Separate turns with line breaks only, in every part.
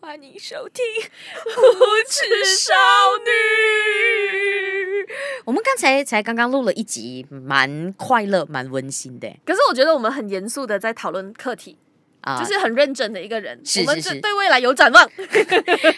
欢迎收 听《无耻少女》。
我们刚才才刚刚录了一集，蛮快乐、蛮温馨的
可是我觉得我们很严肃的在讨论课题，
啊。
就是很认真的一个人。
是
我们
是
这
是
对未来有展望。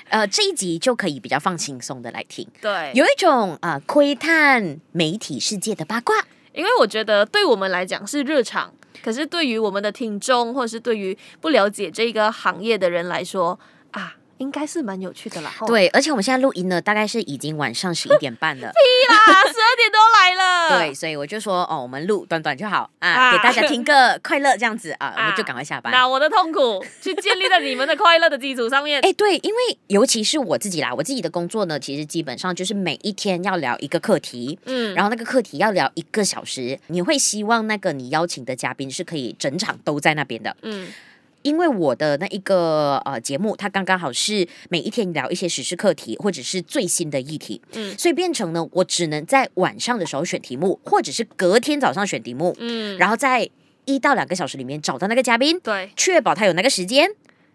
呃，这一集就可以比较放轻松的来听，
对，
有一种啊、呃窥探媒体世界的八卦。
因为我觉得对我们来讲是日常，可是对于我们的听众，或者是对于不了解这个行业的人来说啊，应该是蛮有趣的啦。吼
对，而且我们现在录音呢，大概是已经晚上十一点 半了。
啦，十二点都来了。
对，，所以我就说哦，我们录短短就好啊，
啊
给大家听个快乐这样子啊，我
啊
们就赶快下 班。
那我的痛苦去建立在你们的快乐的基础上面。
哎，对，因为尤其是我自己啦，我自己的工作呢，其实基本上就是每一天要聊一个课题，
嗯，
然后那个课题要聊一个小时，你会希望那个你邀请的嘉宾是可以整场都在那边的，
嗯，
因为我的那一个呃节目，它刚刚好是每一天聊一些时事课题或者是最新的议题，
嗯
所以变成呢，我只能在晚上的时候选题目，或者是隔天早上选题目，
嗯，
然后在一到两个小时里面找到那个嘉宾，
对。
确保他有那个时间，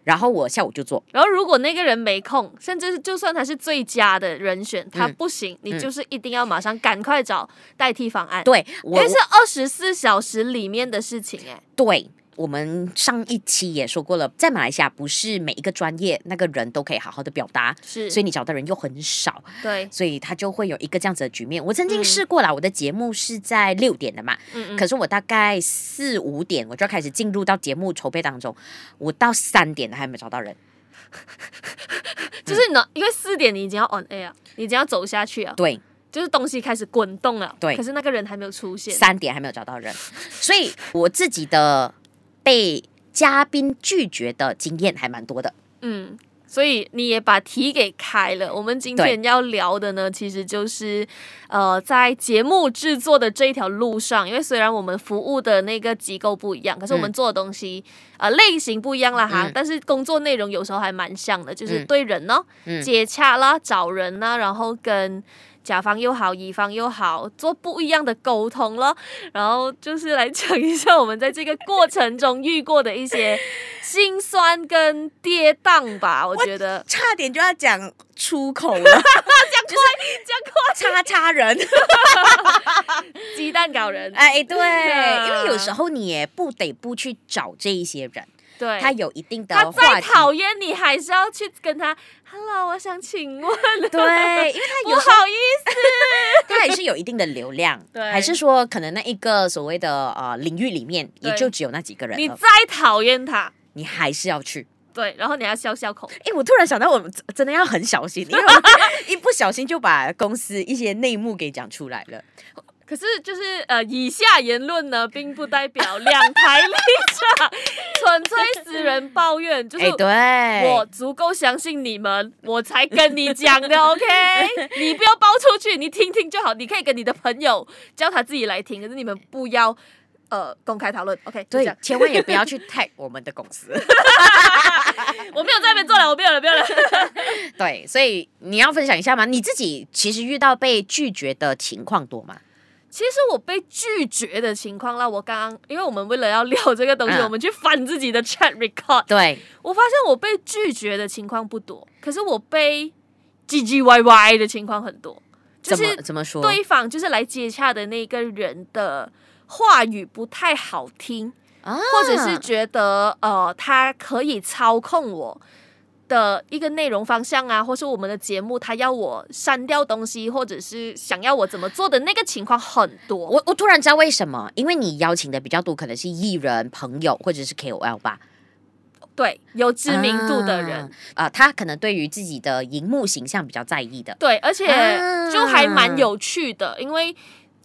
然后我下午就做。
然后如果那个人没空，甚至是就算他是最佳的人选，他
嗯
不行，你
嗯
就是一定要马上赶快找代替方案。
对，
因
我
为是二十四小时里面的事情、哎，
对。我们上一期也说过了，在马来西亚不是每一个专业那个人都可以好好的表达，
是，
所以你找的人又很少，
对，
所以他就会有一个这样子的局面。我曾经
嗯
试过啦，我的节目是在六点的嘛，
嗯
可是我大概四五点我就要开始进入到节目筹备当中，我到三点还没找到人。嗯
就是呢，因为四点你已经要 on air，你已经要走下去啊，
对，
就是东西开始滚动了。
对
可是那个人还没有出现。
三点还没有找到人， 所以我自己的被嘉宾拒绝的经验还蛮多的。
嗯，所以你也把题给开了。我们今
对
天要聊的呢，其实就是呃，在节目制作的这一条路上，因为虽然我们服务的那个机构不一样，可是我们做的东西、呃类型不一样啦哈，
嗯
但是工作内容有时候还蛮像的，就是
嗯
对人呢、
嗯
接洽啦、找人啦，然后跟。甲方又好，乙方又好，做不一样的沟通咯。然后就是来讲一下我们在这个过程中遇过的一些心酸跟跌宕吧。我觉得
差点就要讲出口了，
这样过
叉叉人，
鸡蛋搞人，
哎，对，
啊
因为有时候你也不得不去找这一些人，
对，
他有一定的
他
话
再
题，
讨厌你，还是要去跟他，Hello，我想请 问，
对，因为他
不
有时候
好意思，
他还是有一定的流 量，
对
还是说可能那一个所谓的呃领域里面也
对
就只有那几个人哦
你
了，
再讨厌他，
你还是要去。
对，然后你要消消口，
哎、我突然想到，我们真真的要很小心，因为我们一不小心就把公司一些内幕给讲出来了。
可是就是呃，以下言论 呢，并不代表两台立场，纯粹私人抱怨，就
哎、
是。
对，
我足够相信你们，我才跟你讲 的，OK？你不要包出去，你听听就好。你可以跟你的朋友叫他自己来听，可是你们不要呃公开讨论，OK？就这
对
样，
千万也不要去 tag 我们的公司。
我没有在那边做了，我没有了，没有了。
对，所以你要分享一下吗？你自己其实遇到被拒绝的情况多吗？
其实我被拒绝的情况啦，我刚刚因为我们为了要聊这个东西，
嗯
我们去翻自己的 chat record，
对，
我发现我被拒绝的情况不多，可是我被 G G Y Y 的情况很多，就
怎
是
么怎么说？
对方就是来接洽的那个人的话语不太好听，
啊，
或者是觉得呃他可以操控我。的一个内容方向啊，或是我们的节目，他要我删掉东西，或者是想要我怎么做的那个情况很多。
我我突然知道为什么，因为你邀请的比较多，可能是艺人、朋友或者是 KOL 吧，
对，有知名度的人，
啊、啊他可能对于自己的荧幕形象比较在意的。
对，而且就还蛮
啊
有趣的，因为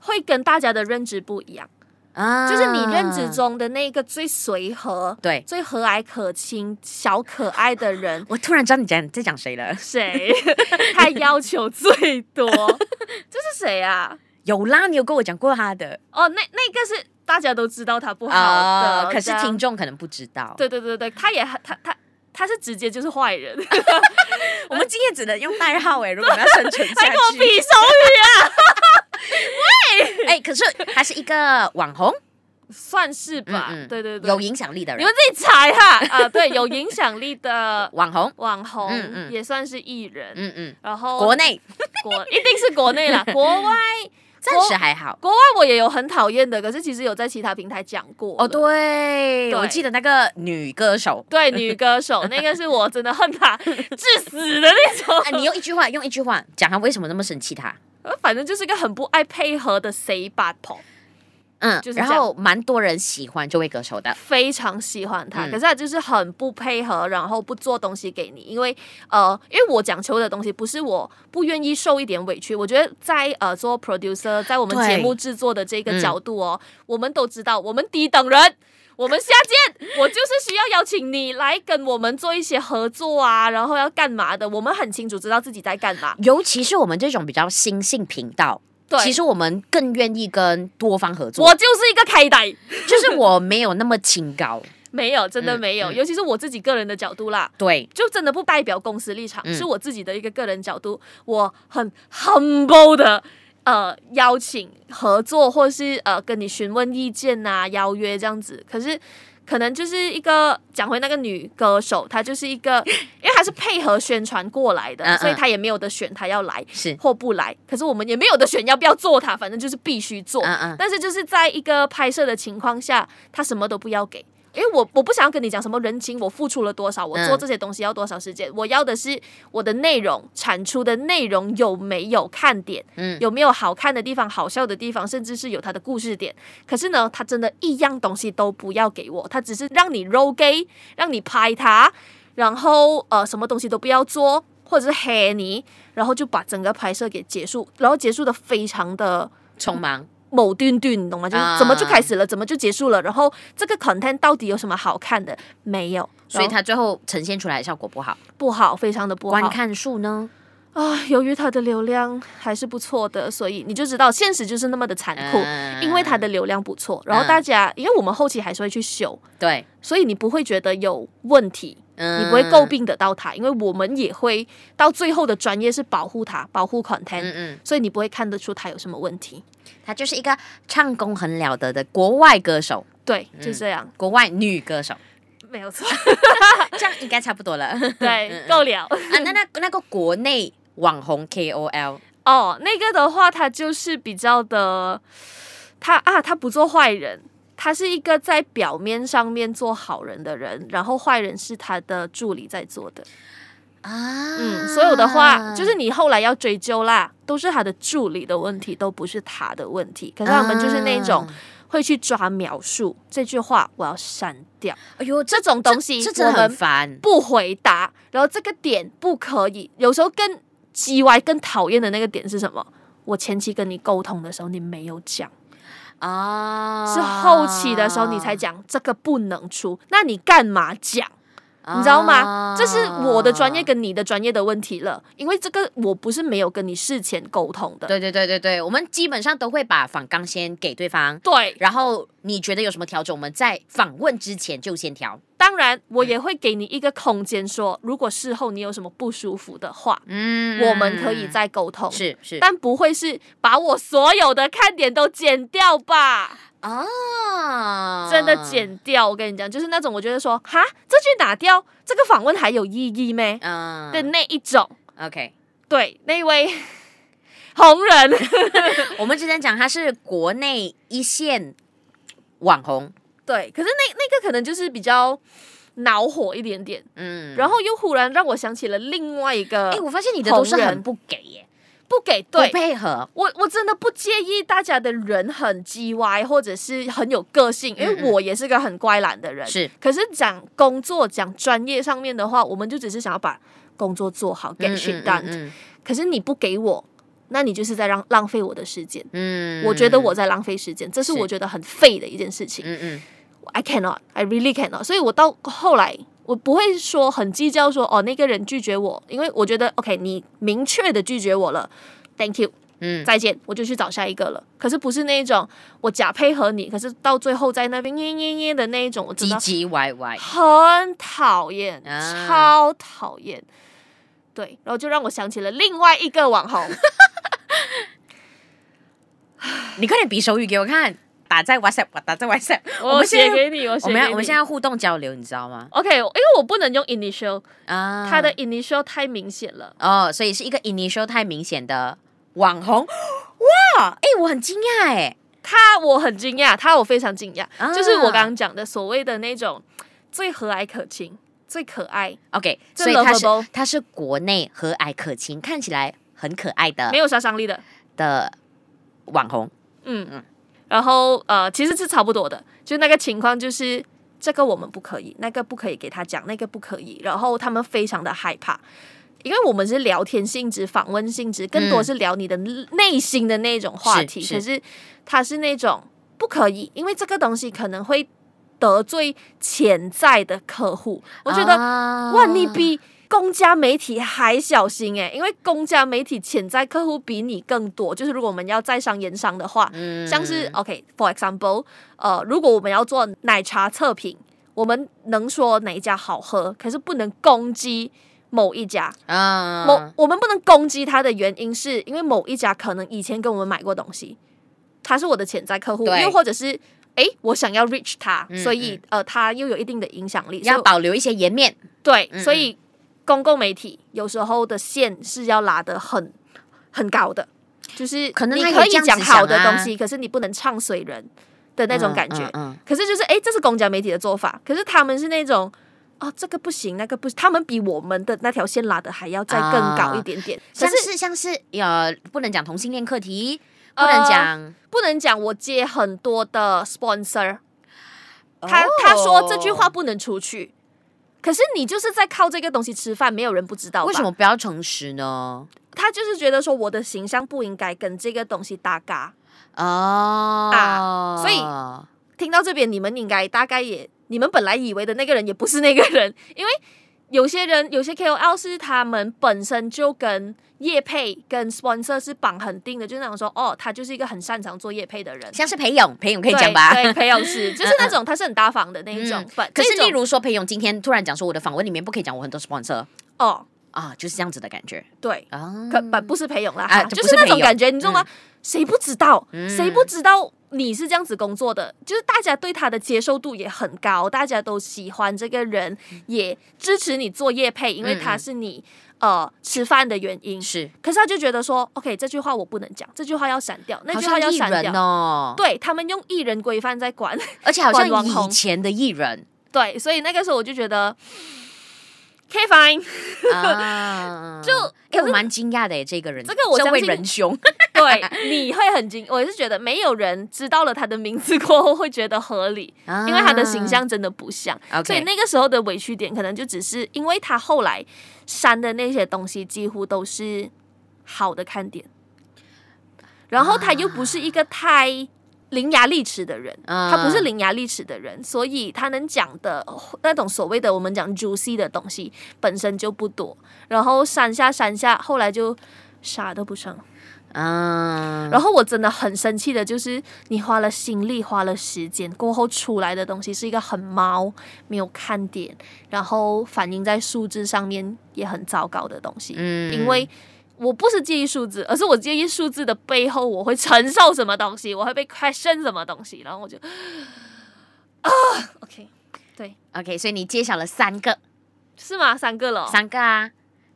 会跟大家的认知不一样，
啊，
就是你认知中的那个最随和、
对。。
最和蔼可亲、小可爱的人
我突然知道你讲在讲谁了，
谁？ 他要求最多，这是谁啊？
有啦，你有跟我讲过他的
哦，那那个是大家都知道他不好
啊、
的，
可是
这样
听众可能不知道。，
对对对对，他也很他他他是直接就是坏人，
我们今天只能用代号哎、如果我们要生存
还
下
跟我
去，
比手语啊！
哎、可是他是一个网红，
算是吧，
嗯嗯
对对对，
有影响力的
你
人
们，自己猜 哈啊，对，有影响力的
网红，
网红
嗯嗯
也算是艺人，
嗯嗯，
然后
国内
国一定是国内啦，国 外
暂时还好。
国外我也有很讨厌的，可是其实有在其他平台讲过
哦，
了。
对，我记得那个女歌 手，
对女歌手那个是我真的恨她致死的那种，
啊，你用一句话，用一句话讲她为什么那么生气她。
反正就是一个很不爱配合的 C 八婆，
嗯
就是，这
然
样
后蛮多人喜欢这位歌手的，
非常喜欢她，
嗯
可是她就是很不配合，然后不做东西给你，因为呃，因为我讲求的东西不是我不愿意受一点委屈，我觉得在呃做 producer，在我们
对
节目制作的这个
嗯
角度哦，我们都知道我们低等人。我们下见，我就是需要邀请你来跟我们做一些合作啊，然后要干嘛的，我们很清楚知道自己在干嘛。
尤其是我们这种比较新兴频道，
对，
其实我们更愿意跟多方合作。
我就是一个开呆，
就是我没有那么清高，
没有，真的
嗯
没有，
嗯
尤其是我自己个人的角度啦。
对，
就真的不代表公司立场，
嗯
是我自己的一个个人角度，我很 humble 的呃邀请合作，或是呃跟你询问意见呐、邀约这样子。可是可能就是一个讲回那个女歌手，她就是一 个，因为她是配合宣传过来的，
嗯嗯
所以她也没有得选，她要来
是，
或不来。可是我们也没有得选要不要做她，反正就是必须做。
嗯嗯，
但是就是在一个拍摄的情况下，他什么都不要给，因为我我不想要跟你讲什么人情，我付出了多少，我做
嗯
这些东西要多少时间，我要的是我的内容产出的内容有没有看点，
嗯
有没有好看的地方、好笑的地方，甚至是有他的故事点。可是呢，他真的一样东西都不要给我，他只是让你 roll gay，让你拍他，然后呃什么东西都不要做，或者是黑你，然后就把整个拍摄给结束，然后结束的非常的。
匆忙，
某顿顿，你懂吗？就是
啊
怎么就开始了，怎么就结束了，然后这个 content 到底有什么好看的？没有，
所以
然后
它最后呈现出来的效果不好。
不好，非常的不好。
观看数呢？
啊，由于它的流量还是不错的，所以你就知道现实就是那么的残酷，
嗯
因为它的流量不错，然后
嗯
大家、因为我们后期还是会去修，
对，
所以你不会觉得有问题。
嗯
你不会诟，病得到它，因为我们也会到最后的专业是保护它，保护 content，、
嗯嗯，
所以你不会看得出它有什么问题。
她就是一个唱功很了得的国外歌手，
对，
嗯
就这样，
国外女歌手，
没有错。
这样应该差不多了。
对，够了。
啊，那那那个国内网红 KOL，
哦，那个的话，他就是比较的，他啊，他不做坏人，他是一个在表面上面做好人的人，然后坏人是他的助理在做的。
啊，
嗯，所有的话就是你后来要追究啦，都是他的助理的问题，都不是他的问题。可是他们就是那种
啊
会去抓描述这句话，我要删掉
哎呦，这
这种东西，
这真的
我们
很烦。
不回答，然后这个点不可以。有时候更叽歪、更讨厌的那个点是什么？我前期跟你沟通的时候你没有讲，
啊，
是后期的时候你才讲这个不能出，那你干嘛讲？你知道
啊哦
吗？这是我的专业跟你的专业的问题了，因为这个我不是没有跟你事前沟通的。
对对对对对，我们基本上都会把仿纲先给对方，
对，
然后你觉得有什么调整，我们在访问之前就先调。
当然我也会给你一个空间说，如果事后你有什么不舒服的话，
嗯
我们可以再沟通。
是是
但不会是把我所有的看点都剪掉吧？
啊
真的剪掉，我跟你讲，就是那种我觉得说，哈，这句打掉，这个访问还有意义咩？
嗯
的那一种，
OK，
对，那一位 红 人，
我们之前讲他是国内一线网红，
对，可是那那个可能就是比较恼火一点点，
嗯，
然后又忽然让我想起了另外一个
哎、，我发现你的都是
红人
很不给耶，
不给
不
对。
配合，
我我真的不介意大家的人很叽歪，或者是很有个性，因
嗯
为
嗯
我也是个很乖懒的人。
是
可是讲工作、讲专业上面的话，我们就只是想要把工作做好，get shit done。
嗯
可是你不给我，那你就是在让浪费我的时间。
嗯
我觉得我在浪费时间，这是
是
我觉得很废的一件事情。
嗯嗯
I cannot, I really cannot。所以我到后来，我不会说很计较说哦那个人拒绝我，因为我觉得 OK，你明确的拒绝我了，Thank you，
嗯
再见，我就去找下一个了。可是不是那一种我假配合你，可是到最后在那边耶耶耶的那一种，我知道
唧唧歪歪，
很讨厌，
啊
超讨厌。对，然后就让我想起了另外一个网红，
你快点比手语给我看，打在 WhatsApp，我 打在 WhatsApp。
我哦
们现
写
在
给你，我写
我
给
们
你。
要我们现在要互动交流，你知道吗？
OK，因为我不能用 initial，
啊，
他的 initial 太明显了。
哦，所以是一个 initial 太明显的网红。哇，哎、我很惊讶哎，
他我很惊讶，他我非常惊讶，
啊
就是我刚刚讲的所谓的那种最和蔼可亲、最可爱，
OK，
这
所以他是
lovable
他是国内和蔼可亲，看起来很可爱的
没有杀伤力的，
的网红。
嗯嗯。然后呃，其实是差不多的，就那个情况就是。这个我们不可以，那个不可以给他讲，那个不可以。然后他们非常的害怕，因为我们是聊天性质、访问性质，更多
嗯
是聊你的内心的那种话题。
是是
可是他是那种不可以，因为这个东西可能会得罪潜在的客户。我觉得
啊
哇，你比公家媒体还小心欸诶，因为公家媒体潜在客户比你更多。就是如果我们要在商言商的话，
嗯
像是 OK，for、example，呃，如果我们要做奶茶测评，我们能说哪一家好喝，可是不能攻击某一家。
啊
某、我们不能攻击他的原因是因为某一家可能以前跟我们买过东西，他是我的潜在客户，
对
又或者是。诶，我想要 reach 他，
嗯
所以呃，他又有一定的影响力，所以
要保留一些颜面
对，
嗯
所以公共媒体有时候的线是要拉得很很高的，就是
可能
你
他也
可以
这样子
讲好的
想啊
东西，可是你不能唱衰人的那种感觉。
嗯嗯
可是就是诶，这是公家媒体的做法，可是他们是那种。哦，这个不行，那个不，他们比我们的那条线拉的还要再更高一点点。可
哦像
是
是像是呃，不能讲同性恋课题，不
呃
能讲。
不能讲我接很多的 sponsor，他、
哦
他说这句话不能出去，可是你就是在靠这个东西吃饭，没有人不知道吧。
为什么不要诚实呢？
他就是觉得说我的形象不应该跟这个东西搭嘎。
哦，
啊所以听到这边，你们应该大概也，你们本来以为的那个人也不是那个人，因为有些人有些 KOL 是他们本身就跟业配跟 sponsor 是绑很定的，就是那种说哦，他就是一个很擅长做业配的人。
像是裴勇，裴勇可
可
以讲吧？
对，对培养师就是那种他是很大方的那一种
嗯，
but
可是，
这种
例如说，裴勇今天突然讲说，我的访问里面不可以讲我很多 sponsor
哦，
啊，就是这样子的感觉
对，
啊。
可不不是裴勇啦，
啊
哈
这
就
不
是
是
那
裴
种
勇
感觉，你知道吗？谁不知道？
嗯
谁不知道你是这样子工作的？就是大家对他的接受度也很高，大家都喜欢这个人，也支持你做业配，因为
嗯
他
嗯
是你呃吃饭的原因。
是，
可是他就觉得说，OK，这句话我不能讲，这句话要删掉，那
好
句话
像
要
艺
删
人
掉。
哦，
对他们用艺人规范在管，
而且好
管网
像
红
以前的艺人
对，所以那个时候我就觉得，K fine，
啊，
就
哎，
可
我
是
蛮惊讶的耶，这个人，
这个我
这
相
位
信
仁兄，
对，你会很惊。我是觉得没有人知道了他的名字过后会觉得合理， 因为他的形象真的不像。
啊，
所以
OK，
那个时候的委屈点，可能就只是因为他后来删的那些东西几乎都是好的看点，然后他又不是一个太伶牙俐齿的人，
啊
他不是伶牙俐齿的人，所以他能讲的那种所谓的我们讲 juicy 的东西本身就不多，然后删下删下，后来就啥都不剩。
啊，
然后我真的很生气的就是，你花了心力，花了时间，过后出来的东西是一个很猫，没有看点，然后反映在数字上面也很糟糕的东西。
嗯
因为我不是介意数字，而是我介意数字的背后我会承受什么东西，我会被 question 什么东西，然后我就啊，OK，
OK，所以你揭晓了三个，
是吗？三个了哦、
三个啊，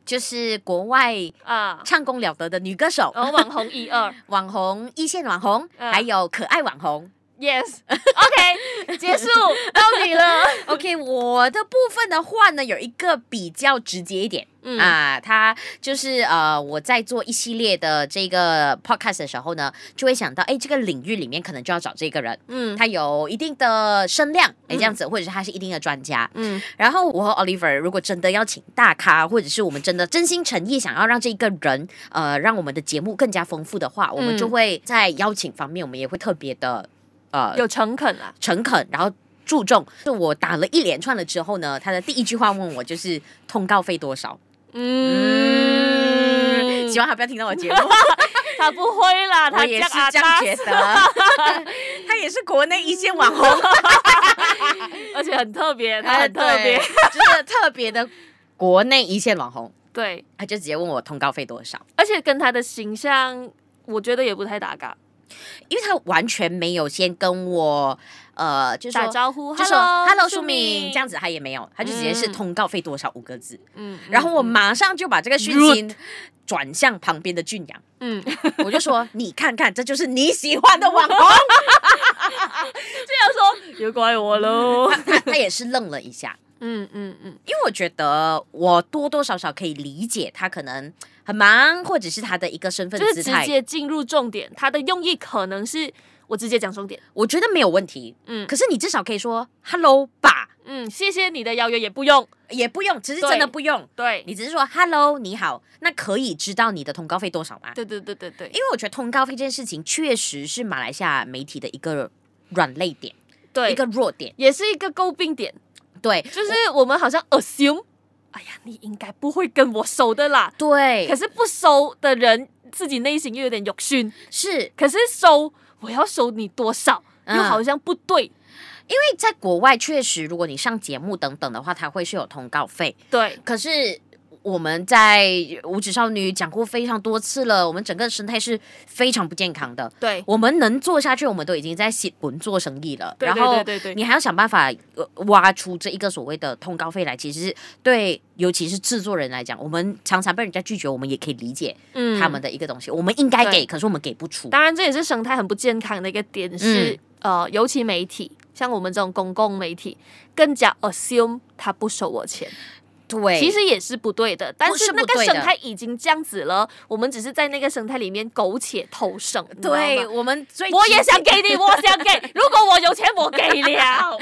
就是国外
啊，
唱功了得的女歌手、
然后网红一二
网红、一线网红，
哦嗯
还有可爱网红。
，yes，OK，结束，
啊
到你了，
OK，我的部分的话呢，有一个比较直接一点。
嗯
啊，他就是呃，我在做一系列的这个 podcast 的时候呢，就会想到，哎，这个领域里面可能就要找这个人，
嗯
他有一定的声量，哎，
嗯
这样子，或者是他是一定的专家。
嗯
然后我和 Oliver 如果真的要请大咖，或者是我们真的真心诚意想要让这一个人，呃，让我们的节目更加丰富的话，我们
嗯
就会在邀请方面，我们也会特别的，呃，
有诚恳啊，
诚恳，然后注重。就我打了一连串了之后呢，他的第一句话问我就是通告费多少。
嗯，
希望他不要听到我节 目，
他不会啦，
我
他
也
叫
是
阿
这样
达，
觉得。他也是国内一线 网红，
而且很特 别，他很特
哎对
别，
就是特别的国内一线网红。
对，
他就直接问我通告费多少。
而且跟他的形象，我觉得也不太搭嘎。
因为他完全没有先跟我呃，就是
打
说。
招呼，
就说 “Hello，
舒
舒敏”这样
子，
子，他也没有，他就直接是
嗯
通告费多少五个字，
嗯，嗯
然后我，马上就把这个讯息转向旁边的 俊阳，
嗯， 这
我就说：“你看看，这就是你喜欢的网红。
样说也怪我 喽，
他”他他也是愣了一下，
嗯嗯嗯，
因为我觉得我多多少少可以理解他可能很忙，或者是他的一个身份
就是
姿
直
态，
接进入重点，他的用意可能是我直接讲重点，
我觉得没有问题。
嗯
可是你至少可以说 “hello” 吧，
嗯，谢谢你的邀约，也不用，
也不用，其实
对
真的不用，
对，
你只是说 “hello” 你好，那可以知道你的通告费多少吗？
对对对对对
因为我觉得通告费这件事情确实是马来西亚媒体的一个软肋点，
对，
一个弱点。
也是一个诟病点，
对
就是我们好像 assume，哎呀，你应该不会跟我熟的啦，
对，
可是不熟的人自己内心又有点有逊，
是
可是收我要收你多少，
嗯
又好像不对，
因为在国外确实，如果你上节目等等的话，它会是有通告费。
对，
可是我们在五指少女讲过非常多次了，我们整个生态是非常不健康的。
对，
我们能做下去，我们都已经在写文做生意了，
对对
然后
对对对
你还要想办法呃挖出这一个所谓的通告费来。其实对，尤其是制作人来讲，我们常常被人家拒绝，我们也可以理解
嗯
他们的一个东西，我们应该
对
给，可是我们给不出。
当然，这也是生态很不健康的一个点
嗯
是，呃，尤其媒体，像我们这种公共媒体，更加 assume 他不收我钱，
对，
其实也是不对的。但
是
是那
不
个
对的
生态已经这样子了，我们只是在那个生态里面苟且偷生，你知道吗
对我们最
我
直
也
接
想给你，我想给。如果我有钱，我给 了。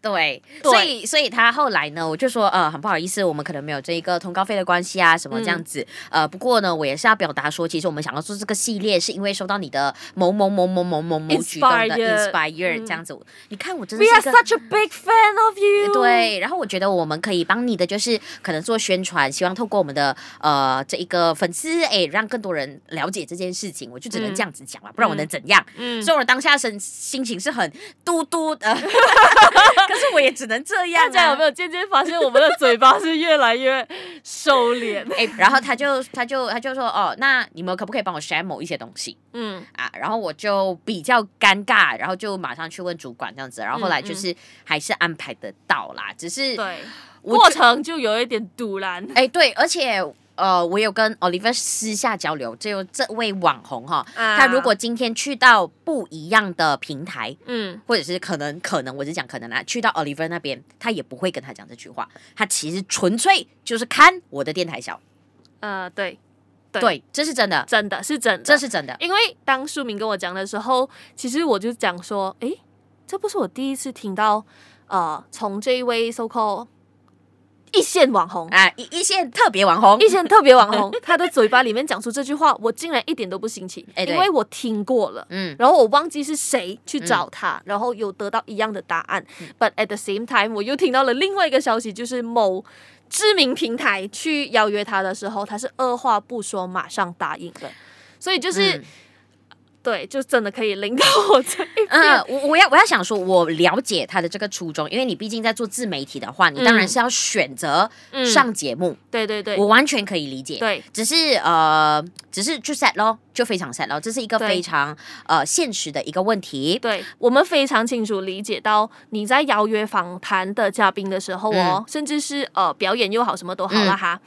对，
对
所以所以他后来呢，我就说呃，很不好意思，我们可能没有这一个通告费的关系啊，什么这
嗯
样子。呃，不过呢，我也是要表达说，其实我们想要做这个系列，是因为收到你的某某某某某某某举动的
Inspired
inspire
嗯
这样子。你看，我真的
We
是
are
一个。
such a big fan of you。，
对，然后我觉得我们可以帮你的，就是可能做宣传，希望透过我们的呃这一个粉丝，哎，让更多人了解这件事情。我就只能
嗯
这样子讲了，不然我能怎样？
嗯，
所以我当下身心情是很嘟嘟的， 可是我也只能这样、啊。
大家有没有渐渐发现我们的嘴巴是越来越收 敛？
哎、然后他就他就他就说，哦，那你们可不可以帮我 share 某一些东西
嗯，
啊？然后我就比较尴尬，然后就马上去问主管这样子，然后后来
嗯嗯
就是还是安排得到啦，只 是
对，
我
过
就
程就有一点堵然。
哎、对，而且呃，我有跟 Oliver 私下交流，就这位网红哈， 他
他
如果今天去到不一样的平台。
嗯
或者是可能可能，我是讲可能啊，去到 Oliver 那边，他也不会跟他讲这句话，他其实纯粹就是看我的电台小，
呃对，对
对，这是真的，
真的是真的，
这是真的，
因为当书明跟我讲的时候，其实我就讲说，诶，这不是我第一次听到，呃，从这一位 so called 一线网红。
啊，一一线特别网红
一，线特别网 红，他的嘴巴里面讲出这句话，我竟然一点都不新奇，
哎对
因为我听过了。
嗯，
然后我忘记是谁去找他，然后有得到一样的答案。But
嗯
at the same time，我又听到了另外一个消息，就是某知名平台去邀约他的时候，他是二话不说马上答应的。所以就是、
嗯
对，就真的可以领到我这一
嗯、
边。
我我要我要想说，我了解他的这个初衷，因为你毕竟在做自媒体的话，你当然
嗯
是要选择
嗯
上节目，
对对对
我完全可以理解，
对，
只是呃，只是就 sad 咯，就非常 sad 咯，这是一个
对
非常呃现实的一个问题，
对，我们非常清楚理解到你在邀约访谈的嘉宾的时候
嗯
哦，甚至是呃表演又好，什么都好了哈。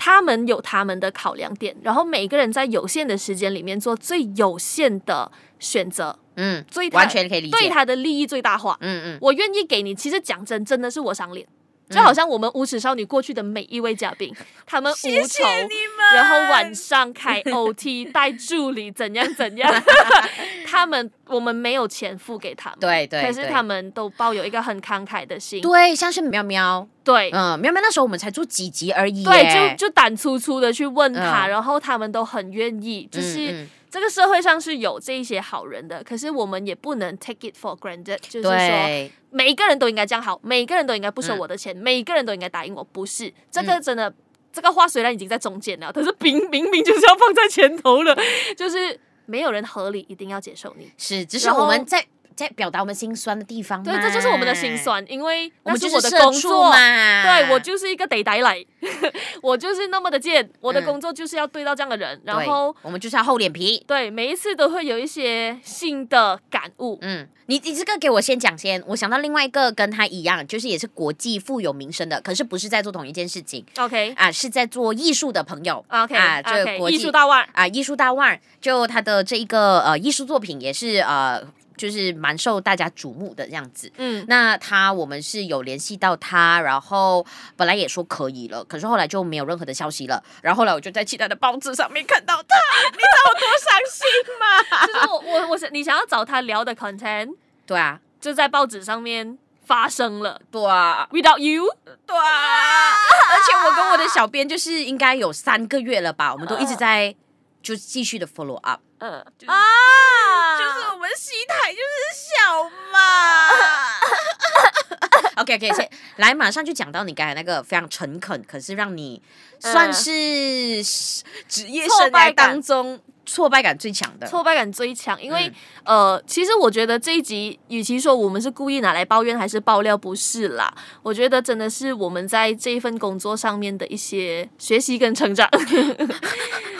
他们有他们的考量点，然后每个人在有限的时间里面做最有限的选择，
嗯，
最他
完全可以理
对
解，
他的利益最大化。
嗯嗯，
我愿意给你，其实讲真，真的是我赏脸。
嗯
就好像我们无耻少女过去的每一位嘉 宾，他们无酬，
们
然后晚上 开 OT 带助理，怎样怎样，他们我们没有钱付给他们，
对对，
可是
对
他们都抱有一个很慷慨的心，
对，像是喵喵，
对
嗯、喵喵那时候我们才做几集而已耶，
对，就就胆粗粗的去问他，
嗯
然后他们都很愿意，就
嗯
是。
嗯
这个社会上是有这一些好人的，可是我们也不能 take it for granted，就是说
对，
每一个人都应该这样好，每一个人都应该不收
嗯
我的钱，每一个人都应该答应我，不是这个真的。这个话虽然已经在中间了，但是明明明就是要放在前头了，就是没有人合理一定要接受你。
是，只是
然
我
后
们在在表达我们心酸的地方嘛。
对，这就是我们的心酸，因为那
我们
是
就
我的
社
工
畜
作。
嘛。
对我就是一个得呆来，我就是那么的贱，我的
嗯
工作就是要对到这样的人，
对
然后
我们就是要厚脸皮。
对每一次都会有一些新的感悟。
嗯，你你这个给我先讲先，我想到另外一个跟他一样，就是也是国际富有名声的，可是不是在做同一件事情
OK
啊，是在做艺术的朋友
OK
啊，这个
OK，
国
艺
际
术大腕，
啊，艺术大腕儿，就他的这一个呃艺术作品也是呃，就是蛮受大家瞩目的这样子。
嗯
那他我们是有联系到他，然后本来也说可以了，可是后来就没有任何的消息了。然后后来我就在其他的报纸上面看到他，
就是我我我想你想要找他聊的 content
对啊，
就在报纸上面发生了
对啊，
，without you，
对啊。而且我跟我的小编就是应该有三个月了吧，我们都一直在就继续的 follow up。
嗯 啊，
我们西台就是小 嘛。OK OK，先来，马上就讲到你刚才那个非常诚恳，可是让你算是职业生涯当中挫败感最强的。
挫败感最强，因为、呃，其实我觉得这一集，与其说我们是故意拿来抱怨，还是爆料不是啦，我觉得真的是我们在这一份工作上面的一些学习跟成 长，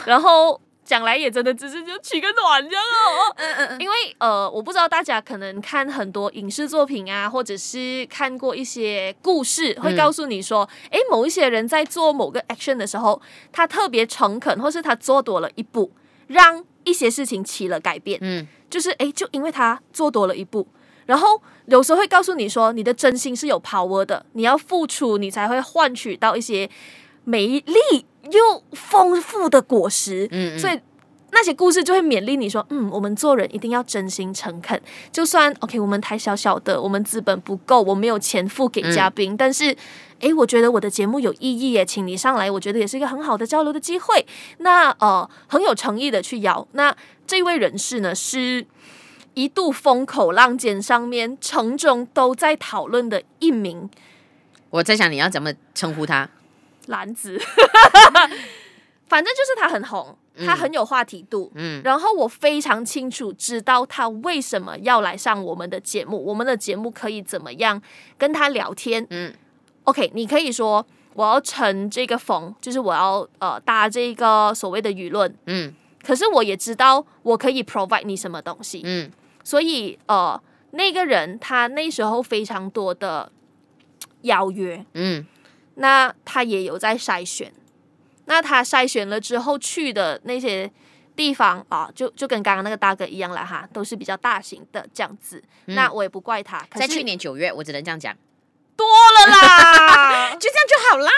然后讲来也真的只是就取个暖这样哦。
嗯嗯嗯，
因为呃，我不知道大家可能看很多影视作品啊，或者是看过一些故事，会
嗯
告诉你说，诶，某一些人在做某个 action 的时候，他特别诚恳，或是他做多了一步，让一些事情起了改变。
嗯，
就是诶，就因为他做多了一步，然后有时候会告诉你说，你的真心是有 power 的，你要付出，你才会换取到一些美丽又丰富的果实。
嗯嗯
所以那些故事就会勉励你说，嗯，我们做人一定要真心诚恳。就算 OK，我们台小小的，我们资本不够，我没有钱付给
嗯
嘉宾，但是。诶，我觉得我的节目有意义耶，请你上来，我觉得也是一个很好的交流的机会。那呃，很有诚意的去邀。那这位人士呢，是一度风口浪尖上面城中都在讨论的一名
我在想你要怎么称呼他。
男子， 反正就是他很红，他很有话题度。
嗯
然后我非常清楚知道他为什么要来上我们的节目，我们的节目可以怎么样跟他聊天。
嗯
OK，你可以说我要乘这个风，就是我要呃搭这个所谓的舆论，
嗯
可是我也知道我可以 provide 你什么东西。
嗯
所以呃，那个人他那时候非常多的邀约，
嗯
那他也有在筛选。那他筛选了之后去的那些地方啊，就就跟刚刚那个大哥一样了哈，都是比较大型的这样子。那我也不怪他，可
嗯在
是
去年九月，我只能这样讲，
多了
。
啦
就这样就好啦。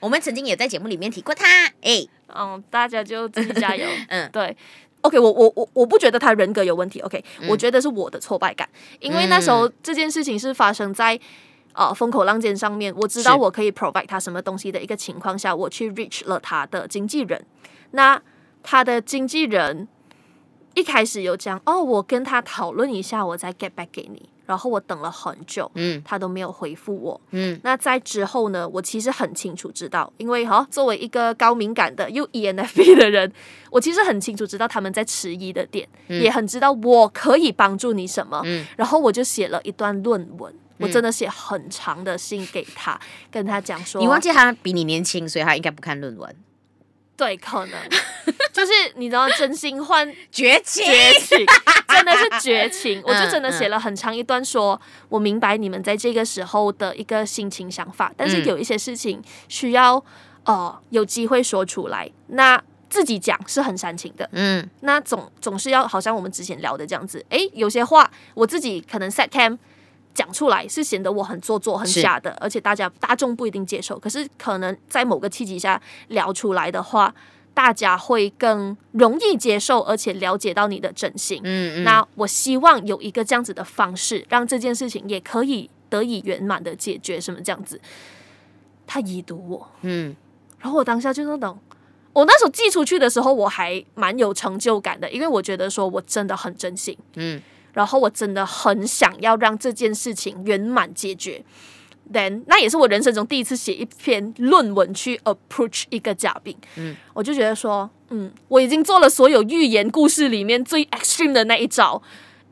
我们曾经也在节目里面提过他，哎，
嗯，大家就自己加 油。
嗯
对。OK，我我我我不觉得他人格有问题。OK，、我
嗯
觉得是我的挫败感，因为那时候这件事情是发生在呃风口浪尖上面，我知道
是
我可以 provide 他什么东西的一个情况下，我去 reach 了他的经纪人。那他的经纪人一开始有讲哦，我跟他讨论一下，我再 get back 给你。然后我等了很久，
嗯
他都没有回复我。
嗯
那在之后呢，我其实很清楚知道，因为哈、哦作为一个高敏感的又 E ENFP 的人，我其实很清楚知道他们在迟疑的点，也很知道我可以帮助你什么。
嗯
然后我就写了一段论文，我真的写很长的信给他，跟他讲说，
你忘记他比你年轻，所以他应该不看论文。
对，可能 就是你知道，真心换
绝情，
绝 情，真的是绝情。我就真的
嗯
写了很长一段说，我明白你们在这个时候的一个心情想法，但是
嗯
有一些事情需要呃有机会说出来，那自己讲是很煽情的。
嗯
那总总是要好像我们之前聊的这样子，诶，有些话我自己可能 set cam 讲出来是显得我很做作、很
是
假的，而且大家大众不一定接受。可是可能在某个契机下聊出来的话，大家会更容易接受，而且了解到你的真心。
嗯嗯，
那我希望有一个这样子的方式，让这件事情也可以得以圆满的解决，什么这样子。他已读我，
嗯
然后我当下就那种，我那时候寄出去的时候，我还蛮有成就感的，因为我觉得说我真的很真心，
嗯
然后我真的很想要让这件事情圆满解决。Then，那也是我人生中第一次写一篇论文去 approach 一个嘉宾，
嗯，
我就觉得说，嗯，我已经做了所有寓言故事里面最 extreme 的那一招，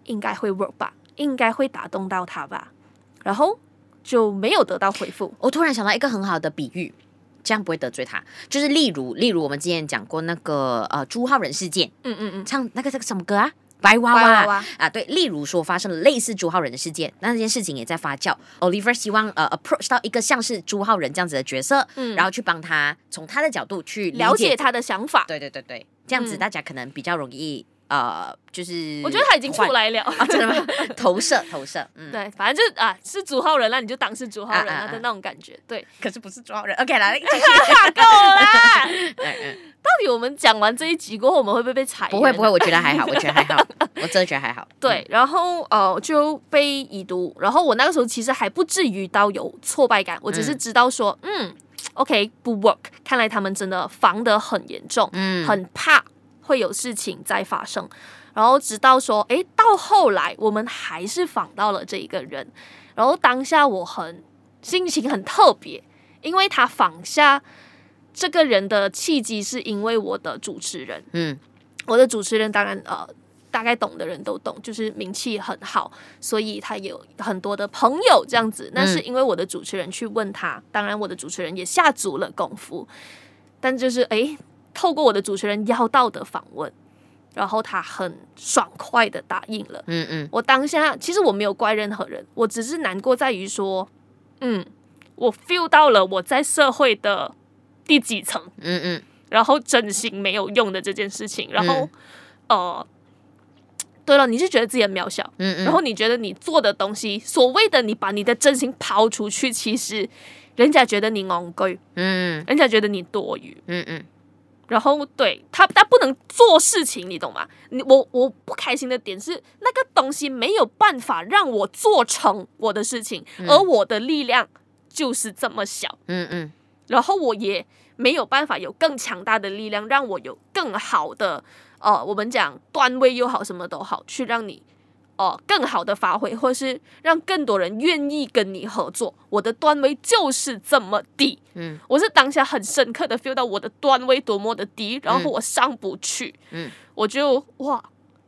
应该会 work 吧。应该会打动到他吧，然后就没有得到回复。
我突然想到一个很好的比喻，这样不会得罪他。就是例如，例如我们之前讲过那个呃朱浩仁事件，
嗯嗯嗯，
唱那个这个什么歌啊？白娃
白
娃
娃娃
啊，对，例如说发生了类似朱浩仁的事件，那这件事情也在发酵。Oliver 希望呃 approach 到一个像是朱浩仁这样子的角色，
嗯
然后去帮他从他的角度去理
了解他的想法。
对对对对，这样子
嗯
大家可能比较容易、呃，就是
我觉得他已经出
换
来了。
啊，真的吗？ 投射投射，嗯，
对，反正就是啊，是主号人啦，你就当是主号人
啊啊
啦
啊
的那种感觉。对，
可是不是抓人，OK 来，继续
够啦！
嗯嗯，
到底我们讲完这一集过后，我们会不会被踩？
不会不会，。我觉得还 好，我觉得还好，我真的觉得还好，
哎对，然后呃就被已读，然后我那个时候其实还不至于到有挫败感，我只是知道说，嗯 o k 不 work，看来他们真的防得很严重，
嗯，嗯，
很怕会有事情再发生。然后直到说，诶，到后来我们还是访到了这一个人，然后当下我很心情很特别，因为他访下这个人的契机是因为我的主持人。
嗯
我的主持人当然呃，大概懂的人都懂，就是名气很好，所以他有很多的朋友这样子。那是因为我的主持人去问他，当然我的主持人也下足了功夫，但就是诶，透过我的主持人要到的访问，然后他很爽快的答应了。
嗯嗯
我当下其实我没有怪任何人，我只是难过在于说，嗯，我 feel 到了我在社会的第几层。
嗯嗯
然后整形没有用的这件事情，然后
嗯、
呃，对了，你是觉得自己很渺小，
嗯嗯，
然后你觉得你做的东西，所谓的你把你的真心抛出去，其实人家觉得你昂贵，
嗯
人家觉得你多余，
嗯嗯
然后对他他不能做事情，你懂吗？你我我不开心的点是那个东西没有办法让我做成我的事情，而我的力量就是这么小。
嗯嗯
然后我也没有办法有更强大的力量，让我有更好的呃，我们讲段位又好，什么都好，去让你呃更好的发挥，或是让更多人愿意跟你合作。我的段位就是这么低，
嗯，
我是当下很深刻的 feel 到我的段位多么的低，然后我上不去，
嗯，
我就哇。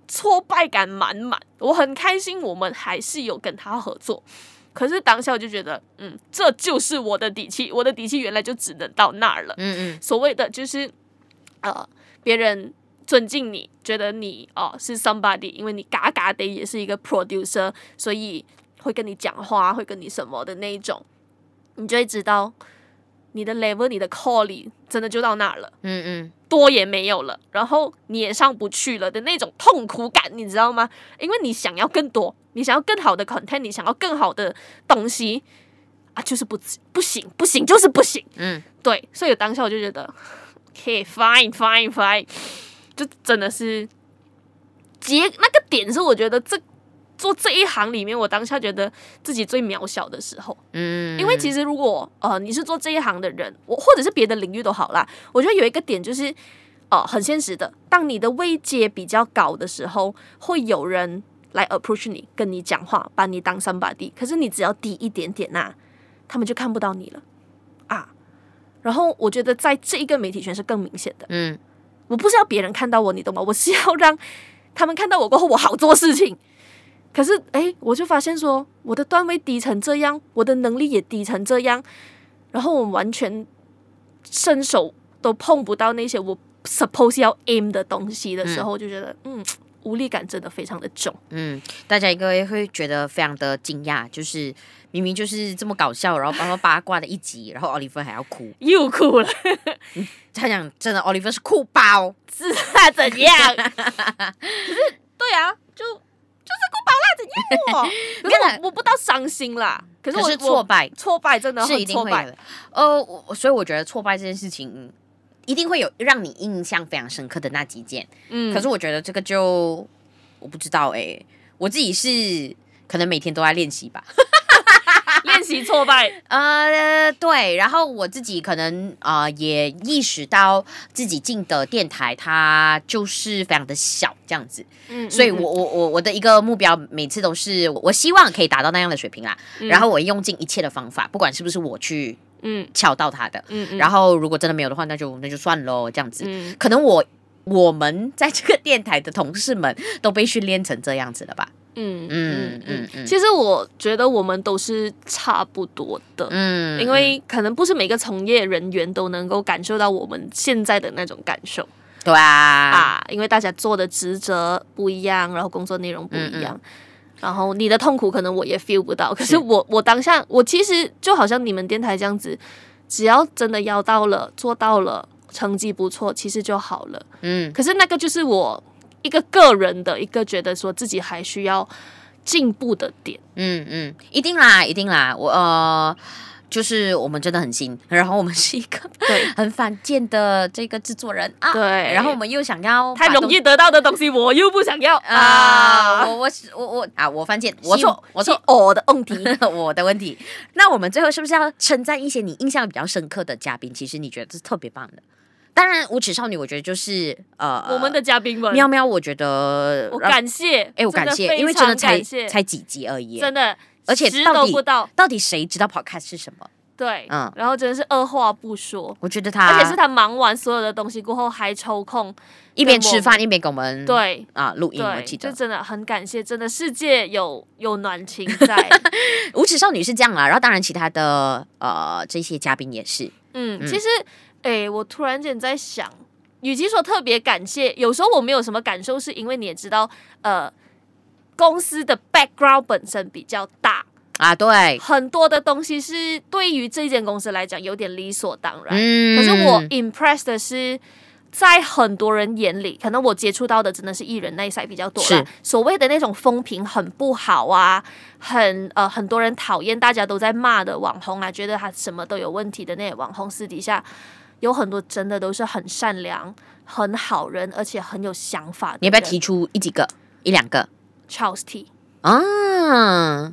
挫败感满满，我很开心，我们还是有跟他合作，可是当下我就觉得，嗯，这就是我的底气，我的底气原来就只能到那儿了。
嗯嗯
所谓的就是，呃，别人尊敬你，觉得你哦、是 somebody，因为你嘎嘎的也是一个 producer，所以会跟你讲话，会跟你什么的那一种，你就会知道你的 level、你的 calling 真的就到那儿了。
嗯嗯
多也没有了，然后你也上不去了的那种痛苦感，你知道吗？因为你想要更多，你想要更好的 content，你想要更好的东西啊，就是不不行，不行，就是不行。
嗯
对，所以当下我就觉得，OK，fine，fine，fine，、就真的是结那个点是我觉得这做这一行里面，我当下觉得自己最渺小的时候。
嗯，
因为其
实
实如果呃你是做这一行的人，我或者是别的领域都好啦，我觉得有一个点就是，呃，很现实的，当你的位阶比较高的时候，会有人来 approach 你，跟你讲话，把你当 somebody，可是你只要低一点点呐、他们就看不到你了啊。然后我觉得在这一个媒体圈是更明显的，
嗯
我不是要别人看到我，你懂吗？我是要让他们看到我过后，我好做事情。可是，诶，我就发现说，我的段位低成这样，我的能力也低成这样，然后我完全伸手都碰不到那些我 suppose 要 aim 的东西的时候，我就觉得，嗯，无力感真的非常的重。
嗯，大家应该会觉得非常的惊讶，就是明明就是这么搞笑，然后然后八卦的一集，然后奥利弗还要哭，
又哭了，
他讲真的，奥利弗是酷包。
是啊，怎 样？可是，对啊，就就是哭饱 啦，怎
没有
样
啦
我？我我不到伤心啦，可是我
可是挫败
我挫败真的
是
很
一定
挫
会
败。
的。呃，我所以我觉得挫败这件事情，嗯一定会有让你印象非常深刻的那几件。
嗯
可是我觉得这个就我不知道哎、我自己是可能每天都在练习吧。
练习挫败，
呃，对，然后我自己可能呃也意识到自己进的电台它就是非常的小这样子，
嗯
所以我我我我的一个目标每次都是我希望可以达到那样的水平啦，然后我用尽一切的方法，不管是不是我去
嗯
敲到它的，
嗯嗯
然后如果真的没有的话，那就那就算喽，这样子。
嗯，
可能我我们在这个电台的同事们都被训练成这样子了吧？
嗯
嗯嗯嗯
其实我觉得我们都是差不多的，
嗯，
因为可能不是每个从业人员都能够感受到我们现在的那种感受
对啊，
啊，因为大家做的职责不一样，然后工作内容不
嗯
一样。然后你的痛苦可能我也 feel 不到，可是我我当下我其实就好像你们电台这样子，只要真的要到了做到了，成绩不错，其实就好了。
嗯
可是那个就是我一个个人的一个觉得说自己还需要进步的点。
嗯嗯，一定啦，一定啦，我呃。就是我们真的很新，然后我们是一个
对
很反贱的这个制作人啊，
对，
然后我们又想 要
太
把
容
东
易得到的东西我又不想要
啊，
啊。
我我是我我啊，我犯贱，我错我错
是，我的问题。
我的问题。那我们最后是不是要称赞一些你印象比较深刻的嘉宾？其实你觉得是特别棒的。当然，无耻少女，我觉得就是呃，
我们的嘉宾们，
喵喵，我觉得
我
让
感谢，
哎，我感
真的
谢，
非
因为真的
常
才
感谢
才几集而已。
真的，
而且
十
到
都
底
不到，
到底谁知道 podcast 是什么？
对，
嗯啊
然后真的是二话不说。
我觉得他，
而且是他忙完所有的东西过后，还抽空，
一边
跟我
吃饭一边给我们
对
啊录音，我
对，
记
就
得
真的很感谢，真的世界有有暖情 在，
无耻少女是这样啦。然后当然其他的呃这些嘉宾也是，
嗯，其实，诶，我突然间在想，与其说特别感谢，有时候我没有什么感受，是因为你也知道，呃，公司的 background 本身比较大，
啊，对，
很多的东西是对于这间公司来讲有点理所当然。
嗯
可是我 impressed 的是。在很多人眼里，可能我接触到的真的是艺人那一赛比较多啦
是。
所谓的那种风评很不好啊，很呃很多人讨厌，大家都在骂的网红啊，觉得他什么都有问题的那些网红，私底下有很多真的都是很善良、很好人，而且很有想法的人。
你要不要提出一几个一两个
Charles T？
啊？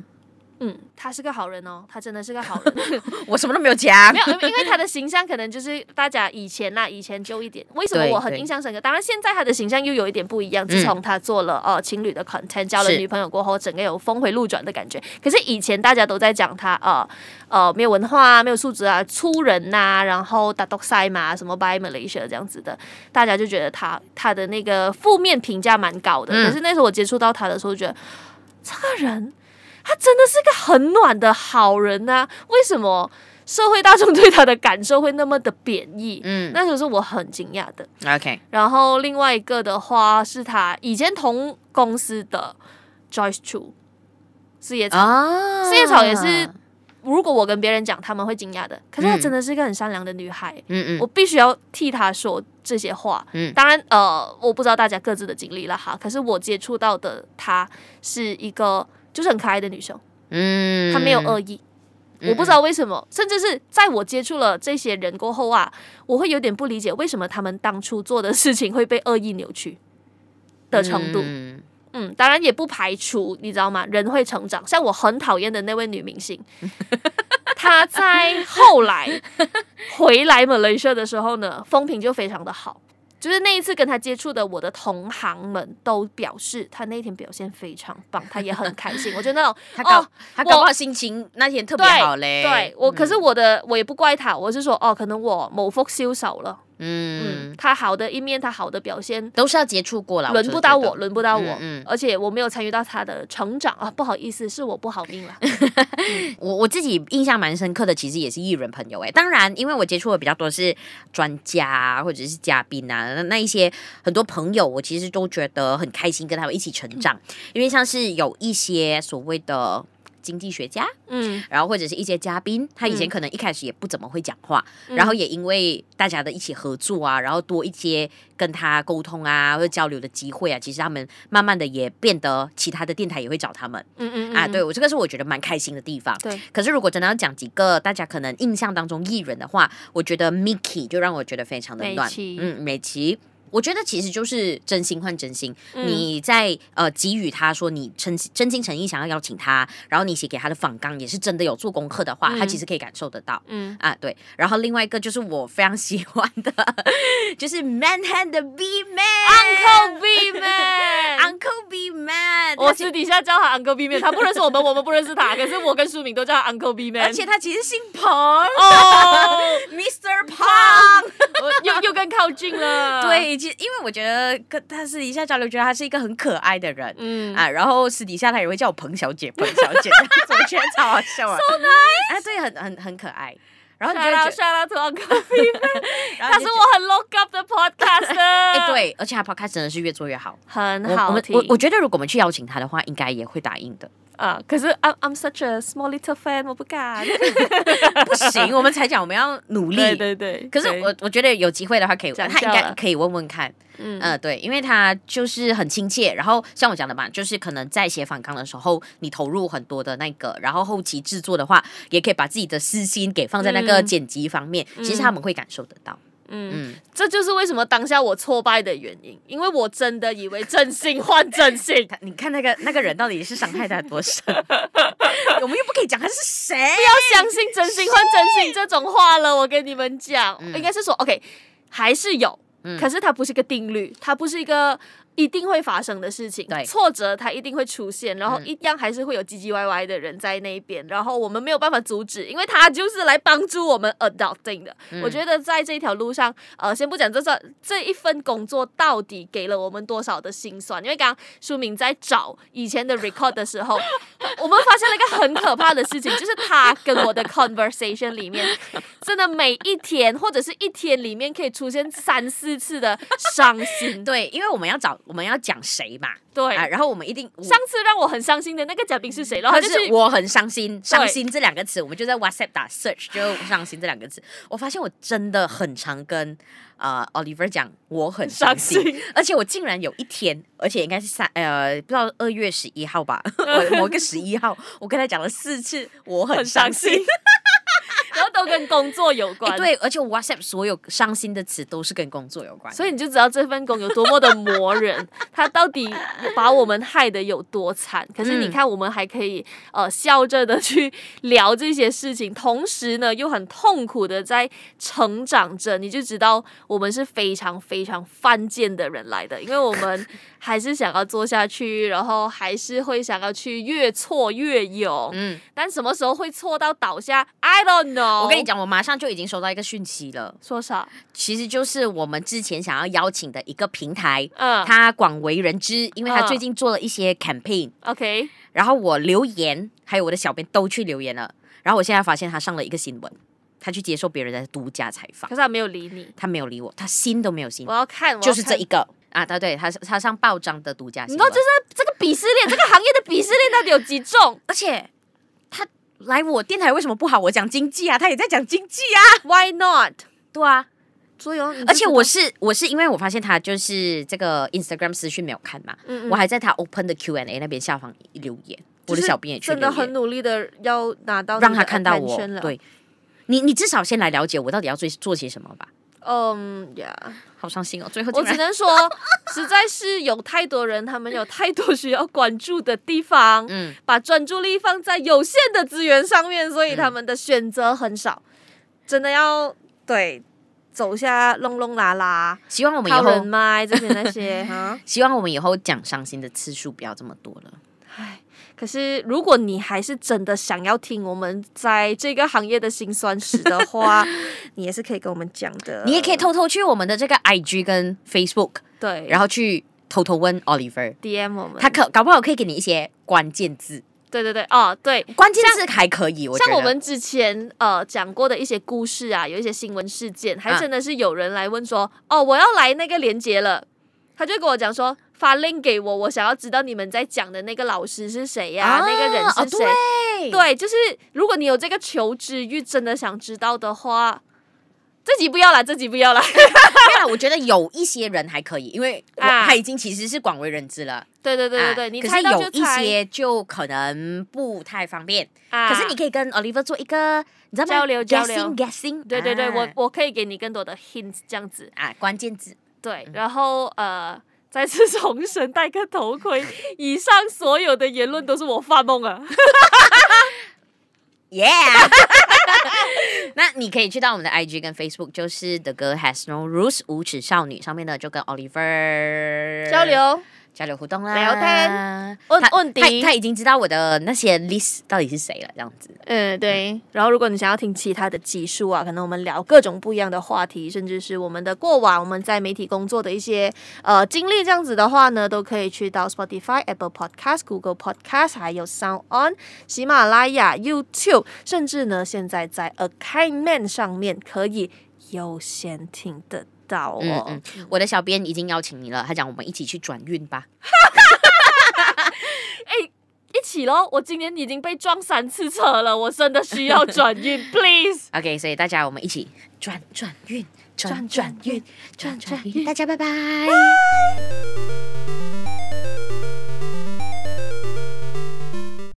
嗯，他是个好人哦，他真的是个好人。
我什么都没有讲
没有，因为他的形象可能就是大家以前啦、以前旧一点。为什么
对
我很
对
印象深刻？当然，现在他的形象又有一点不一样。自从他做了、呃情侣的 content，交了
是
女朋友过后，整个有峰回路转的感觉。可是以前大家都在讲他呃呃没有文化啊，没有素质啊，粗人呐、然后打 dog 赛嘛，什么 by Malaysia 这样子的，大家就觉得他他的那个负面评价蛮高的。
嗯
可是那时候我接触到他的时候，觉得这个人。他真的是个很暖的好人呐、为什么社会大众对他的感受会那么的贬义。
嗯
那时候是我很惊讶的。
，OK，
然后另外一个的话是他以前同公司的 Joyce Chu，四叶草。
啊
四叶草也是如果我跟别人讲，他们会惊讶的。可是她
嗯
真的是一个很善良的女孩，
嗯
我
嗯
必须要替她说这些话。
嗯
当然，呃，我不知道大家各自的经历了哈。可是我接触到的她是一个就是很可爱的女生，
嗯
她没有恶意。
嗯
我不知道为什么，甚至是在我接触了这些人过后啊，我会有点不理解为什么他们当初做的事情会被恶意扭曲的程度。嗯
嗯
当然也不排除你知道吗？人会成长。像我很讨厌的那位女明星， 她在后来回来马来西亚的时候呢，风评就非常的好。就是那一次跟她接触的，我的同行们都表示她那天表现非常棒，她也很开心。我觉得那 种
他搞
哦
他搞不
我
好心情那天特别
对
好嘞。
对我，可
嗯
是我的我也不怪他，我是说哦，可能我某福修少了，嗯
嗯，
他好的一面，他好的表现
都是要接触过了，
轮不到我，
就觉得。
轮不到我，
嗯嗯
而且我没有参与到他的成长啊，不好意思，是我不好 命了，
我我自己印象蛮深刻的，其实也是艺人朋友哎。当然，因为我接触的比较多是专家啊或者是嘉宾啊，那那一些很多朋友，我其实都觉得很开心跟他们一起成长，因为像是有一些所谓的经济学家，
嗯，
然后或者是一些嘉宾，他以前
嗯
可能一开始也不怎么会讲话，然后也因为大家的一起合作啊，然后多一些跟他沟通啊或者交流的机会啊，其实他们慢慢的也变得，其他的电台也会找他们、
嗯嗯嗯
啊。对我这个是我觉得蛮开心的地方。
对，
可是如果真的要讲几个大家可能印象当中艺人的话，我觉得 Miki 就让我觉得非常的
美
暖
琪，
嗯，美琪。我觉得其实就是真心换真心，
嗯
你在呃给予他说你诚真心诚意想要邀请他，然后你写给他的访纲也是真的有做功课的话，他
嗯
其实可以感受得到。
嗯
啊，对，然后另外一个就是我非常喜欢的， 就是 Manhattan 的 B Man
，Uncle B man。
Uncle B Man，
我
他其
私底下叫他 Uncle B man，他不认识我们，我们不认识他，可是我跟舒敏都叫他 Uncle B man。
而且他其实姓彭
哦，
，Mr. 彭，
我又又跟更靠近了。，
对，其实因为我觉得跟他私底下交流，觉得他是一个很可爱的人。
嗯，
啊，然后私底下他也会叫我彭小姐，彭小姐，我觉得超好笑啊！So nice，啊，对，很很很可爱。然后你就
刷啦
会觉得，
刷啦，涂 Uncle P，
然后
他
你
是
就觉
我很 look up 的 podcaster。
得 哎，，对，而且他 podcast 真的是越做越好，
很
我我
好
们
听
我我觉得如果我们去邀请他的话，应该也会答应的。
啊。可是 I'm I'm such a small little fan，我不 敢。
不行，我们才讲我们要努力。
对对对，
可是
对
我我觉得有机会的话，可以
讲
他
一下
应该
了
可以问问看。
嗯
嗯、对，因为他就是很亲切，然后像我讲的嘛，就是可能在写反纲的时候，你投入很多的那个，然后后期制作的话，也可以把自己的私心给放在那个
嗯
剪辑方面，其实他们会感受得到。
嗯，
嗯，
这就是为什么当下我挫败的原因，因为我真的以为真性换真性。
他你看那个那个人到底是伤害他多深， 我们又不可以讲他是谁。
要相信真心换真心这种话了，我跟你们讲，应该是说 OK，还是有，
嗯
可是它不是一个定律，它不是一个一定会发生的事情
对，
挫折它一定会出现，然后
嗯
一样还是会有唧唧歪歪的人在那一边，然后我们没有办法阻止，因为他就是来帮助我们 adulting 的。
嗯
我觉得在这条路上，呃，先不讲这算这一份工作到底给了我们多少的辛酸，因为刚刚舒敏在找以前的 record 的时候， 我们发现了一个很可怕的事情，就是他跟我的 conversation 里面，真的每一天或者是一天里面可以出现三四次的伤心。
对，因为我们要找我们要讲谁嘛，
对，
啊，然后我们一定
上次让我很伤心的那个嘉宾是谁？然后
可
他就是
我很伤心，伤心这两个词，我们就在 WhatsApp 打 search 就伤心这两个字。我发现我真的很常跟呃 Oliver 讲我很伤心，
伤心
而且我竟然有一天，而且应该是三呃不知道二月十一号吧， 我某个十一号，我跟他讲了四次我很
很伤
伤心。
心，然后都跟工作有
哎
关。。
对，而且我 WhatsApp 所有伤心的词都是跟工作有关的，
所以你就知道这份工有多么的磨 人，他到底把我们害得有多惨。可是你
嗯
看，我们还可以呃笑着的去聊这些事情，同时呢又很痛苦的在成长着，你就知道我们是非常非常犯贱的人来的，因为我们还是想要做下去，然后还是会想要去越挫越勇。
嗯
嗯，但什么时候会挫到倒下？I don't know。
我跟你，讲，我马上就已经收到一个讯息了，
说啥？
其实就是我们之前想要邀请的一个平台，
嗯
他广为人知，因为
嗯
他最近做了一些 campaign，、
，OK，
然后我留言，还有我的小编都去留言了，然后我现在发现他上了一个新闻，他去接受别人的独家采访
可，是他没有理你。
他没有理我，他心都没有心
我，要看，我要
就是这
看
一个啊，他对他他上报章的独家
你
新
知道，
闻，
就是这个鄙视链，这个行业的鄙视链到底有几重
而且他来我电台为什么不好？我讲经济啊，他也在讲经济啊，
？Why not？
对啊，
所以哦，你就
而且
知道
我，是我是因为我发现他就是这个 Instagram 私讯没有看嘛，
嗯嗯
我还在他 Open 的 Q&A 那边下方留言，
就
我的
是
小编也去
真的
留言
很努力的要拿到，
让他看到我。
了。，
对，你你至少先来了解我到底要做做些什么吧。
嗯呀，
好伤心哦，最后
我
竟
只
然
能说，实在是有太多人，他们有太多需要关注的地方，
嗯，
把专注力放在有限的资源上面，所以他们的选择很少。真的要对走下隆隆啦啦，
希望我们以
靠人
后
脉这些那些哈。
希望我们以后讲伤心的次数不要这么多了。
可是，如果你还是真的想要听我们在这个行业的辛酸史的 话，你也是可以跟我们讲的。
你也可以偷偷去我们的这个 IG 跟 Facebook，
对，
然
后
后去偷偷问 Oliver，
DM 我们。
他可搞不好可以给你一些关键字，
对对对，哦，对，
关键字还可以，我觉得
像我们之前呃讲过的一些故事啊，有一些新闻事件，还
啊
真的是有人来问说，哦，我要来那个连接了，他就跟我讲说。发 link 给我，我想要知道你们在讲的那个老师是谁呀、那个人
啊
是谁？哦
对
对，就是如果你有这个求知欲，真的想知道的话，自己不要啦，自己不要啦。
对了，我觉得有一些人还可以，因为我
啊
他已经其实是广为人知了。
对对对对对，
啊
你
可
猜
是
到就
有一
猜。
些就可能不太方便。
啊
可是你可以跟 Oliver 做一个，你知道吗？
交流交流
guessing guessing。
对对对，
啊
我我可以给你更多的 hints 这样子。
啊，关键字
对，然后呃，再次重申，戴个头盔。以上所有的言论都是我发梦啊。
，Yeah 。那你可以去到我们的 IG 跟 Facebook，就是 The Girl Has No Rules 无耻少女上面呢，就跟 Oliver
交流，
交流互动啦，
聊天问
他
问
他
题
他已经知道我的那些 list 到底是谁了，这样子。
嗯，对。然后，如果你想要听其他的集数啊，可能我们聊各种不一样的话题，甚至是我们的过往，我们在媒体工作的一些呃经历，这样子的话呢，都可以去到 Spotify、Apple Podcast、Google Podcast，还有 Sound On、喜马拉雅、YouTube，甚至呢，现在在 a k i n Man 上面可以优先听得到哦。
嗯嗯，我的小编已经邀请你了，他讲我们一起去转运吧。
一起喽！我今年已经被撞三次车了，我真的需要转 运，please。
OK，所以大家我们一起转转运，转
转
转
转
运
运，转
转转
转
运，
运
大家拜拜。